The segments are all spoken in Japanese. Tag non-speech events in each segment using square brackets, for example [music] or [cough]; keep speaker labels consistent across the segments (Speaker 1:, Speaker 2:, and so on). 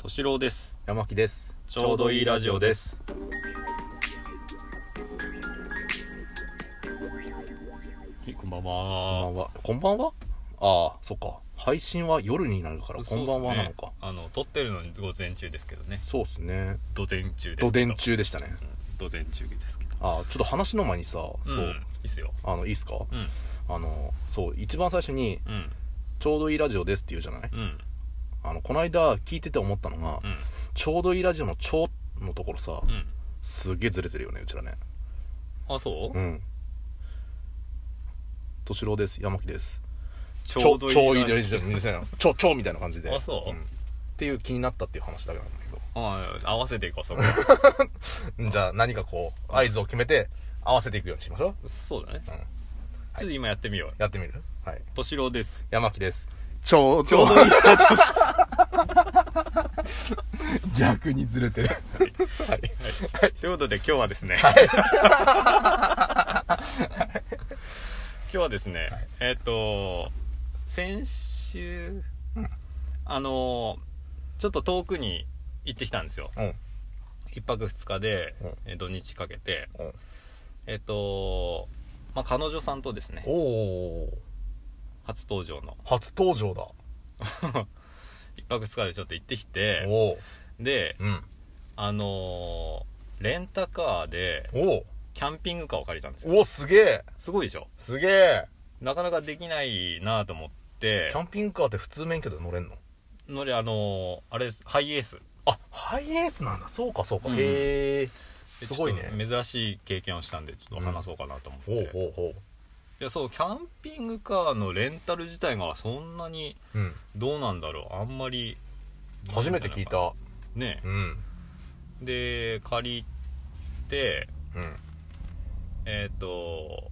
Speaker 1: 敏郎です
Speaker 2: 山木です
Speaker 1: ちょうどいいラジオですはいこんばん
Speaker 2: こんば
Speaker 1: は
Speaker 2: んはこんばんはああそっか配信は夜になるからこんばんはなの
Speaker 1: そうっす
Speaker 2: か
Speaker 1: ねあの撮ってるのに午前中ですけどね
Speaker 2: そうっすね
Speaker 1: 午前中ですけ
Speaker 2: 土
Speaker 1: ど
Speaker 2: 電中でしたね
Speaker 1: うん午前中ですけど
Speaker 2: ああちょっと話の前にさ、そ
Speaker 1: んいういっすよ
Speaker 2: あのいいっすか
Speaker 1: うん
Speaker 2: あのそう一番最初に
Speaker 1: うん
Speaker 2: 「ちょうどいいラジオです」って言うじゃない
Speaker 1: うん
Speaker 2: あのこの間聞いてて思ったのが、
Speaker 1: うん
Speaker 2: ちょうどいいラジオの「ちょ」のところさ、
Speaker 1: うん
Speaker 2: すげえずれてるよねうちらね
Speaker 1: あそう、
Speaker 2: うん敏郎です山木です
Speaker 1: ち
Speaker 2: ちょ
Speaker 1: ょう
Speaker 2: う
Speaker 1: ど
Speaker 2: ど
Speaker 1: いい
Speaker 2: いい
Speaker 1: ラ
Speaker 2: ラ
Speaker 1: ジ
Speaker 2: ジオみた [laughs] いなちょちょみたいな感じで
Speaker 1: あそうん
Speaker 2: っていう気になったっていう話だけなんだ
Speaker 1: オあ合わせていこうそこ
Speaker 2: [laughs] けどじゃあ何かこう合図を決めて合わせていくようにしましょう
Speaker 1: そうだね、
Speaker 2: うん
Speaker 1: ちょっと今やってみよう
Speaker 2: やってみるはい
Speaker 1: 敏郎です
Speaker 2: 山木ですちょう
Speaker 1: ちょうどいいラジオ
Speaker 2: [laughs] 逆にずれてるはい
Speaker 1: ということで今日はですね、 [laughs] 今日はですね、えっ、と先週、
Speaker 2: うん
Speaker 1: あのちょっと遠くに行ってきたんですよ
Speaker 2: うん
Speaker 1: 一泊二日で、
Speaker 2: うん
Speaker 1: え土日かけて
Speaker 2: うん
Speaker 1: えっ、とまあ彼女さんとですね
Speaker 2: おお
Speaker 1: 初登場の
Speaker 2: 初登場だ
Speaker 1: 一泊二日でちょっと行ってきて
Speaker 2: おお
Speaker 1: で
Speaker 2: うん
Speaker 1: あのレンタカーで
Speaker 2: おお
Speaker 1: キャンピングカーを借りたんですよ
Speaker 2: おおすげえ
Speaker 1: すごいでしょ
Speaker 2: すげえ
Speaker 1: なかなかできないなと思って
Speaker 2: キャンピングカーって普通免許で乗れんの
Speaker 1: のりあのーあれですハイエース
Speaker 2: あハイエースなんだそうかそうか、
Speaker 1: うん
Speaker 2: へえ
Speaker 1: です
Speaker 2: ごいね
Speaker 1: ちょっと珍しい経験をしたんでちょっと話そうかなと思って、
Speaker 2: ほ
Speaker 1: いう
Speaker 2: ほうほ
Speaker 1: やそうキャンピングカーのレンタル自体がそんなに
Speaker 2: ううん
Speaker 1: どうなんだろうあんまり
Speaker 2: 初めて聞いた
Speaker 1: ね
Speaker 2: うん
Speaker 1: で借りて
Speaker 2: うん
Speaker 1: えっ、と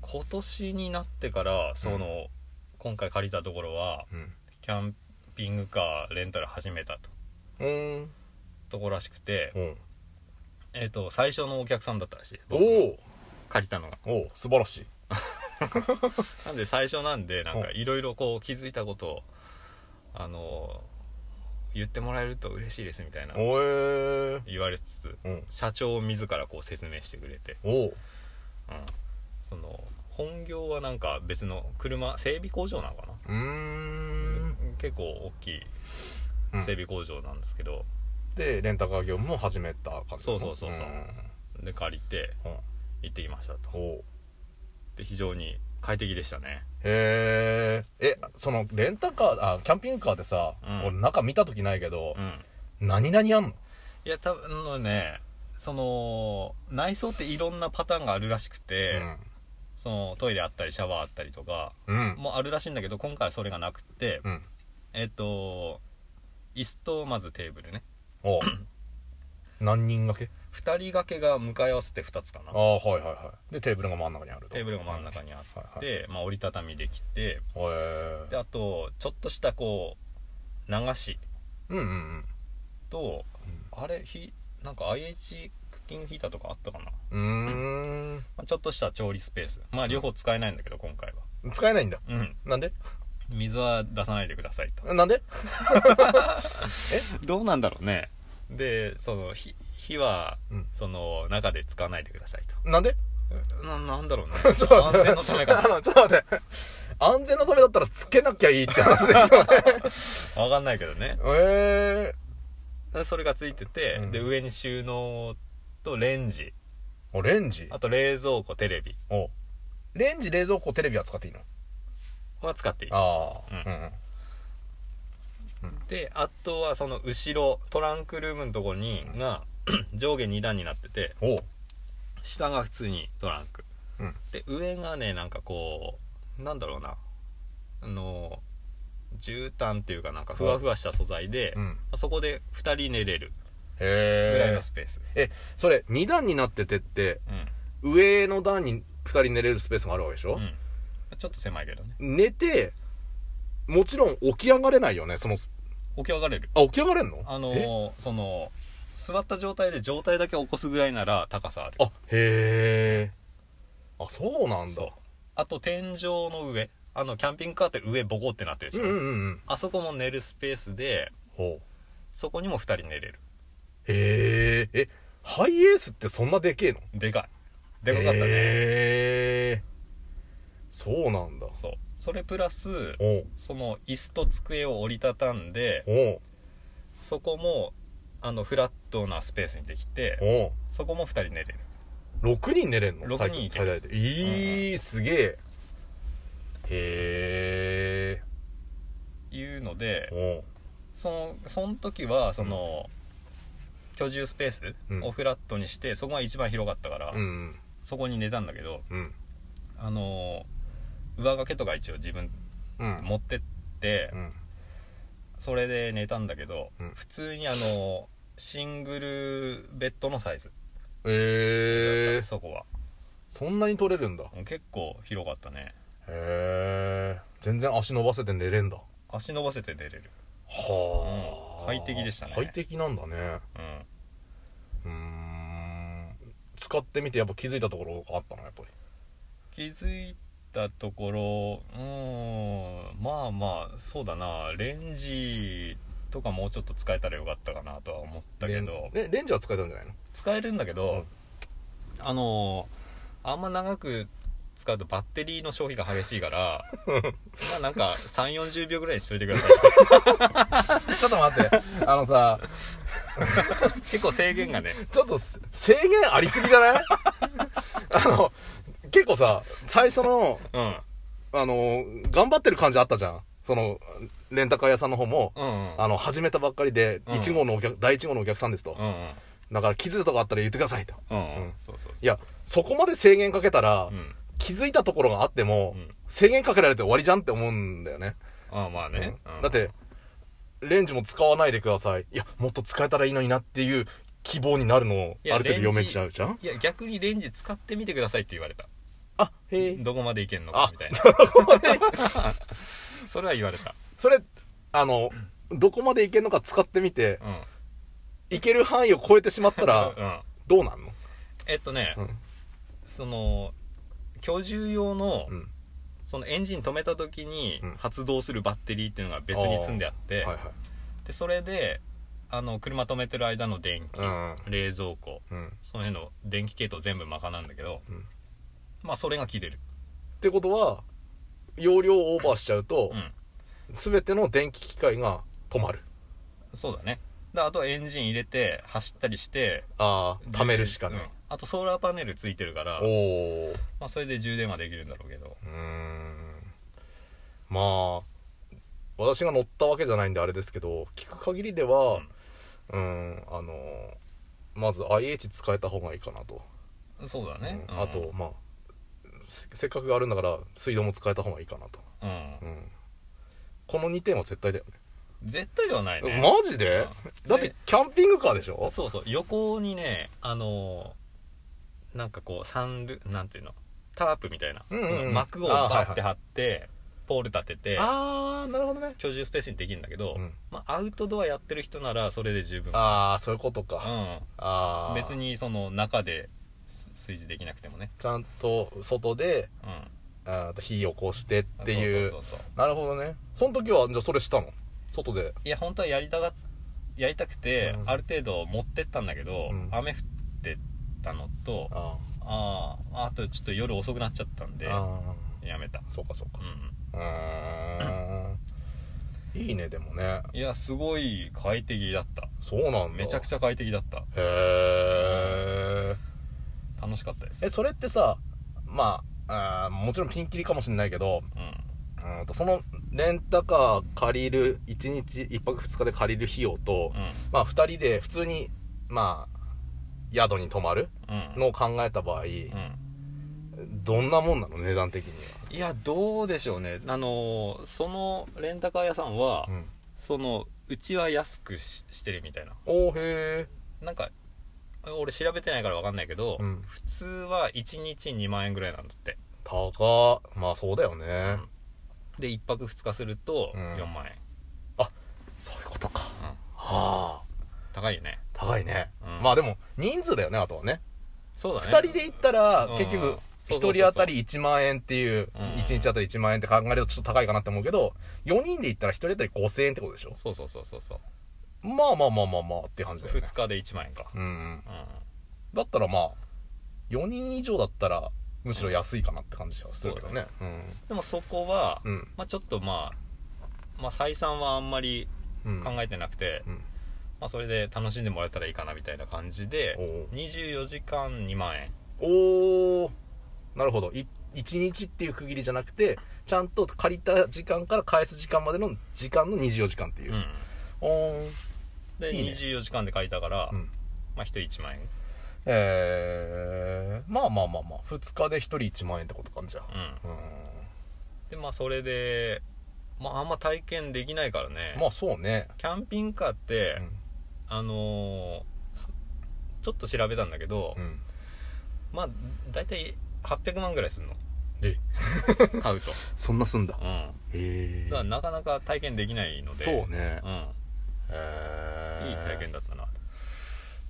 Speaker 1: 今年になってからその、今回借りたところは
Speaker 2: うん
Speaker 1: キャンピングカーレンタル始めたと
Speaker 2: うん
Speaker 1: ところらしくて、
Speaker 2: うん
Speaker 1: えっ、と最初のお客さんだったらしいです
Speaker 2: お
Speaker 1: 僕が
Speaker 2: お
Speaker 1: 借りたのが
Speaker 2: おお素晴らしい
Speaker 1: なんで最初なんでなんか
Speaker 2: うん
Speaker 1: いろいろこう気づいたことをあの言ってもらえると嬉しいですみたいな
Speaker 2: おえ
Speaker 1: 言われつつ
Speaker 2: うん
Speaker 1: 社長自らこう説明してくれて、
Speaker 2: おお
Speaker 1: うん、その本業はなんか別の車整備工場なのかな、
Speaker 2: うーん
Speaker 1: 結構大きい
Speaker 2: うん
Speaker 1: 整備工場なんですけど、
Speaker 2: でレンタカー業務も始めた感じ
Speaker 1: そうそうそうそうんで借りて
Speaker 2: うん
Speaker 1: 行ってきましたと
Speaker 2: おお
Speaker 1: で非常に快適でしたね
Speaker 2: へええそのレンタカーあキャンピングカーってさ、
Speaker 1: うん
Speaker 2: 俺中見た時ないけど
Speaker 1: う、ん
Speaker 2: 何々あんの
Speaker 1: いや多分あのねその内装っていろんなパターンがあるらしくて、そのトイレあったりシャワーあったりとか
Speaker 2: うんうん
Speaker 1: もあるらしいんだけど今回はそれがなくって、
Speaker 2: うん
Speaker 1: えっ、と椅子とまずテーブルね [clears throat]
Speaker 2: おう何人掛け
Speaker 1: 2人掛けが向かい合わせて2つかな
Speaker 2: ああはいはいはいでテーブルが真ん中にあると
Speaker 1: テーブルが真ん中にあって、
Speaker 2: はいはい
Speaker 1: まあ、折りたたみできて
Speaker 2: へえ
Speaker 1: であとちょっとしたこう流し
Speaker 2: うんうんうん
Speaker 1: とあれひなんか IH クッキングヒーターとかあったかな、ま
Speaker 2: うーん
Speaker 1: あ、ちょっとした調理スペースまあ両方使えないんだけど今回は
Speaker 2: 使えないんだ
Speaker 1: うん
Speaker 2: なんで
Speaker 1: 水は出さないでくださいと
Speaker 2: なんで
Speaker 1: どうなんだろうねでその火火は
Speaker 2: うん
Speaker 1: その中で使わないでください
Speaker 2: なんで
Speaker 1: とななんだ [laughs] ろうね
Speaker 2: ちょっと
Speaker 1: 安
Speaker 2: 待って
Speaker 1: 全のためか
Speaker 2: あのちょっと待って安全のためだったらつけなきゃいいって話ですよね
Speaker 1: [laughs] なわかんないけどね
Speaker 2: え
Speaker 1: それがついてて、
Speaker 2: うん
Speaker 1: で上に収納とレンジ
Speaker 2: ー、おレンジ
Speaker 1: あと冷蔵庫テレビ
Speaker 2: おレンジ冷蔵庫テレビは使っていいの
Speaker 1: は使っていい
Speaker 2: ああ
Speaker 1: う
Speaker 2: うんうん
Speaker 1: であとはその後ろトランクルームのところに
Speaker 2: うん
Speaker 1: が [clears throat] 上下2段になってて
Speaker 2: おう
Speaker 1: 下が普通にトランク、
Speaker 2: うん
Speaker 1: で上がねなんかこうなんだろうなあの絨毯っていうかなんかふわふわした素材で、
Speaker 2: うん
Speaker 1: そこで2人寝れるぐらい
Speaker 2: へ
Speaker 1: の
Speaker 2: え
Speaker 1: スペース、
Speaker 2: それ2段になっててって上の段に2人寝れるスペースがあるわけでし
Speaker 1: うん、
Speaker 2: ょ、
Speaker 1: うん、ちょっと狭いけどね
Speaker 2: 寝てもちろん起き上がれないよねそのス
Speaker 1: 起き上がれる
Speaker 2: あ起き上がれんの
Speaker 1: あの
Speaker 2: え
Speaker 1: ーその座った状態で上体だけ起こすぐらいなら高さある
Speaker 2: あへえあそうなんだ
Speaker 1: そうあと天井の上あのキャンピングカーって上ボコってなってるでし
Speaker 2: う
Speaker 1: ょ、
Speaker 2: んうんうん
Speaker 1: あそこも寝るスペースで
Speaker 2: ほ
Speaker 1: そこにも2人寝れる
Speaker 2: へええハイエースってそんなでけえの
Speaker 1: でかいでかかったね、
Speaker 2: へえそうなんだ
Speaker 1: そうそれプラス
Speaker 2: おう
Speaker 1: その椅子と机を折りたたんで
Speaker 2: おう
Speaker 1: そこもあのフラットなスペースにできて
Speaker 2: おう
Speaker 1: そこも2人寝れる
Speaker 2: 6人寝れんの
Speaker 1: 六人いけ
Speaker 2: 最
Speaker 1: る
Speaker 2: 大でいい、すげえへ
Speaker 1: いうので
Speaker 2: えおう
Speaker 1: そのその時はその、居住スペース
Speaker 2: うん
Speaker 1: をフラットにして、そこが一番広かったから、
Speaker 2: うん
Speaker 1: そこに寝たんだけど
Speaker 2: うん
Speaker 1: あのー上掛けとか一応自分
Speaker 2: うん
Speaker 1: 持ってって、
Speaker 2: うん
Speaker 1: それで寝たんだけど、
Speaker 2: うん
Speaker 1: 普通にあのシングルベッドのサイズ、
Speaker 2: ええ
Speaker 1: そこは
Speaker 2: そんなに取れるんだ
Speaker 1: うん結構広かったね
Speaker 2: へえ全然足伸ばせて寝れんだ
Speaker 1: 足伸ばせて寝れる
Speaker 2: はあ、
Speaker 1: うん快適でしたね
Speaker 2: 快適なんだね
Speaker 1: うん
Speaker 2: うーん使ってみてやっぱ気づいたところがあったのやっぱり
Speaker 1: 気づいたところうーんまあまあそうだなレンジとかもうちょっと使えたらよかったかなとは思ったけど
Speaker 2: レンえレンジは使えたんじゃないの
Speaker 1: 使えるんだけど、あのあんま長く使うとバッテリーの消費が激しいから
Speaker 2: [laughs]
Speaker 1: まあなんか3 4 0秒ぐらいにしといてください
Speaker 2: ちょっと待って [laughs] あのさ
Speaker 1: 結構制限がね
Speaker 2: ちょっとす制限ありすぎじゃない [laughs] あの結構さ最初の
Speaker 1: うん
Speaker 2: あの頑張ってる感じあったじゃんそのレンタカー屋さんの方も、
Speaker 1: うんうん
Speaker 2: あの始めたばっかりで、
Speaker 1: うん
Speaker 2: 1号のお客第1号のお客さんですと、
Speaker 1: うんうん
Speaker 2: だから気づいたとこあったら言ってくださいと
Speaker 1: うんうん
Speaker 2: うん
Speaker 1: そうそう
Speaker 2: いやそこまで制限かけたら、
Speaker 1: うん
Speaker 2: 気づいたところがあっても、
Speaker 1: うん
Speaker 2: 制限かけられて終わりじゃんって思うんだよね
Speaker 1: ああまあね、
Speaker 2: うん
Speaker 1: うん
Speaker 2: だってレンジも使わないでくださいいやもっと使えたらいいのになっていう希望になるのを
Speaker 1: いや
Speaker 2: ある
Speaker 1: レ
Speaker 2: 程度読
Speaker 1: ン
Speaker 2: め
Speaker 1: ジ
Speaker 2: ちゃうじゃん
Speaker 1: いや逆にレンジ使ってみてくださいって言われた
Speaker 2: あへえ
Speaker 1: どこまでいけんの
Speaker 2: あ
Speaker 1: かみたいな [laughs] それは言われた
Speaker 2: それあのどこまでいけるのか使ってみて
Speaker 1: うん
Speaker 2: いける範囲を超えてしまった
Speaker 1: う
Speaker 2: ら
Speaker 1: ん
Speaker 2: どうなんの
Speaker 1: えっとね、
Speaker 2: うん
Speaker 1: その居住用の,、
Speaker 2: うん
Speaker 1: そのエンジン止めた時に
Speaker 2: うん
Speaker 1: 発動するバッテリーっていうのが別に積んであって、
Speaker 2: はいはい
Speaker 1: でそれであの車止めてる間の電気、
Speaker 2: うん
Speaker 1: 冷蔵庫
Speaker 2: うんっ
Speaker 1: その辺の電気系統全部賄うんだけど、
Speaker 2: うん
Speaker 1: まあそれが切れる、
Speaker 2: てことは容量をオーバーしちゃうと
Speaker 1: うん、
Speaker 2: 全ての電気機械が止まる
Speaker 1: そうだねであとエンジン入れて走ったりして
Speaker 2: ああ貯めるしかな
Speaker 1: うん
Speaker 2: い
Speaker 1: あとソーラーパネルついてるから
Speaker 2: お、おー
Speaker 1: まあ、それで充電はできるんだろうけど
Speaker 2: うーんまあ私が乗ったわけじゃないんであれですけど聞く限りではうんあのまず IH 使えた方がいいかなと、
Speaker 1: そうだね、
Speaker 2: う
Speaker 1: うん
Speaker 2: んあとまあせせっかくあるんだから水道も使えた方がいいかなと、
Speaker 1: うん
Speaker 2: うん、この2点は絶対だよ
Speaker 1: 絶対ではない
Speaker 2: ね
Speaker 1: ね
Speaker 2: マジで
Speaker 1: うん
Speaker 2: だってキャンピングカーでしょ
Speaker 1: そうそう横にねあのーなんかこうサンルなんていうのタープみたいな、
Speaker 2: うんうんうん
Speaker 1: その幕を
Speaker 2: あー
Speaker 1: バッて張って、ポール立てて
Speaker 2: ああなるほどね、
Speaker 1: 居住スペースにできるんだけど、
Speaker 2: うん、
Speaker 1: まあ、アウトドアやってる人ならそれで十分
Speaker 2: ああそういうことか、
Speaker 1: う
Speaker 2: ああ
Speaker 1: ん、別にその中で炊事できなくてもね、
Speaker 2: ちゃんと外で
Speaker 1: うん、
Speaker 2: あーと火を起こしてっていう
Speaker 1: そうそうそうそう
Speaker 2: なるほどねその時はじゃあそれしたの外で
Speaker 1: いや本当はやりたがやりたくて、
Speaker 2: うん
Speaker 1: ある程度持ってったんだけど、
Speaker 2: うん
Speaker 1: 雨降ってたのと
Speaker 2: あ
Speaker 1: あああとちょっと夜遅くなっちゃったんでや
Speaker 2: あ
Speaker 1: めた、
Speaker 2: そうかそうか
Speaker 1: う
Speaker 2: うーんいいねでもね
Speaker 1: ん、いやすごい快適だった
Speaker 2: そうなんだ
Speaker 1: めちゃく
Speaker 2: ゃ
Speaker 1: ちゃ快適だった
Speaker 2: へー
Speaker 1: 楽しかったです
Speaker 2: えそれってさまああーもちろんピンキリかもしれないけど
Speaker 1: うん
Speaker 2: うーんとそのレンタカー借りる1日1泊2日で借りる費用と、
Speaker 1: う
Speaker 2: まあ2人で普通にまあ宿に泊まる
Speaker 1: んうん
Speaker 2: のを考えた場合、
Speaker 1: うん
Speaker 2: どんなもんなの値段的に
Speaker 1: いやどうでしょうねあのーそのレンタカー屋さんは
Speaker 2: は、、うん、
Speaker 1: そのうちは安くししてるみたいな
Speaker 2: おーへ
Speaker 1: なんか俺調べてないから分かんないけど、
Speaker 2: ーうん
Speaker 1: 普通は1日2万円ぐらいなんだって
Speaker 2: 高っまあそうだよね、
Speaker 1: で1泊2日すると
Speaker 2: うん
Speaker 1: 4万円、
Speaker 2: そういうことか、
Speaker 1: うん
Speaker 2: はあ
Speaker 1: 高いよね
Speaker 2: 高いね、
Speaker 1: うん
Speaker 2: まあでも人数だよねあとはね
Speaker 1: そうだね
Speaker 2: 2人で行ったら
Speaker 1: うん
Speaker 2: 結
Speaker 1: う
Speaker 2: 局
Speaker 1: ん
Speaker 2: 1人当たり1万円っていう
Speaker 1: うん
Speaker 2: 1日当たり1万円って考えるとちょっと高いかなって思うけど4人で行ったら1人当たり5000円ってことでしょ
Speaker 1: そうそうそうそうそう
Speaker 2: まあまあまあまあまあって感じだよね
Speaker 1: 2日で1万円か
Speaker 2: うんうん
Speaker 1: うん
Speaker 2: だったらまあ4人以上だったらむしろ安いかなって感じはするけどねうん
Speaker 1: でもそこは、
Speaker 2: うん
Speaker 1: まあ、ちょっとまあ、まあ、採算はあんまり
Speaker 2: うん
Speaker 1: 考えてなくて、
Speaker 2: うん
Speaker 1: まあ、それで楽しんでもらえたらいいかなみたいな感じで24時間2万円
Speaker 2: おおーなるほどい1日っていう区切りじゃなくてちゃんと借りた時間から返す時間までの時間の24時間っていう、
Speaker 1: うん
Speaker 2: おー
Speaker 1: で
Speaker 2: いいね
Speaker 1: 24時間で借りたから、
Speaker 2: うん
Speaker 1: まあ1人1万円
Speaker 2: えー、まあまあまあまあ2日で1人1万円ってことかんじゃ
Speaker 1: うん
Speaker 2: うん
Speaker 1: でまあそれでまああんま体験できないからね、
Speaker 2: まあそうね
Speaker 1: キャンピングカーって、
Speaker 2: うん
Speaker 1: あのーすちょっと調べたんだけど、
Speaker 2: うん
Speaker 1: まあ大体800万ぐらいするの [laughs]
Speaker 2: え
Speaker 1: 買うと
Speaker 2: そんなすんだ
Speaker 1: うん
Speaker 2: へ
Speaker 1: だからなかなか体験できないので
Speaker 2: そうね
Speaker 1: うん、いい体験だったな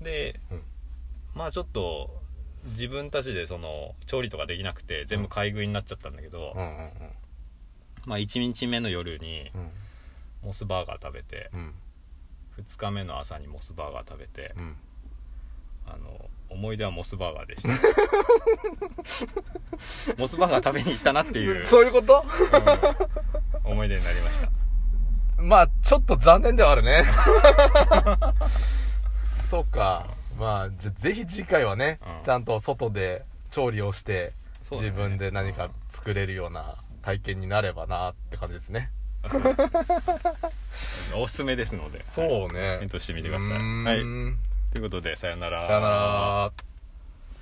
Speaker 1: で、
Speaker 2: うん
Speaker 1: まあちょっと自分たちでその調理とかできなくて全部買い食いになっちゃったんだけど、
Speaker 2: うんうんうん
Speaker 1: まあ1日目の夜に
Speaker 2: うん
Speaker 1: モスバーガー食べて
Speaker 2: うん
Speaker 1: 2日目の朝にモスバーガー食べて
Speaker 2: うん
Speaker 1: あの思い出はモスバーガーでした [laughs] モスバーガー食べに行ったなって [laughs] いう、
Speaker 2: そういうこと
Speaker 1: うん思い出になりました
Speaker 2: まあちょっと残念ではあるね [laughs] そうかまあじゃあぜひ次回はね、
Speaker 1: うん
Speaker 2: ちゃんと外で調理をして、
Speaker 1: そうだね
Speaker 2: 自分で何か作れるような体験になればなって感じですね
Speaker 1: おすすめですので
Speaker 2: そうね
Speaker 1: はい検討してみてください、
Speaker 2: うーん
Speaker 1: はい、ということでさよなら
Speaker 2: さよなら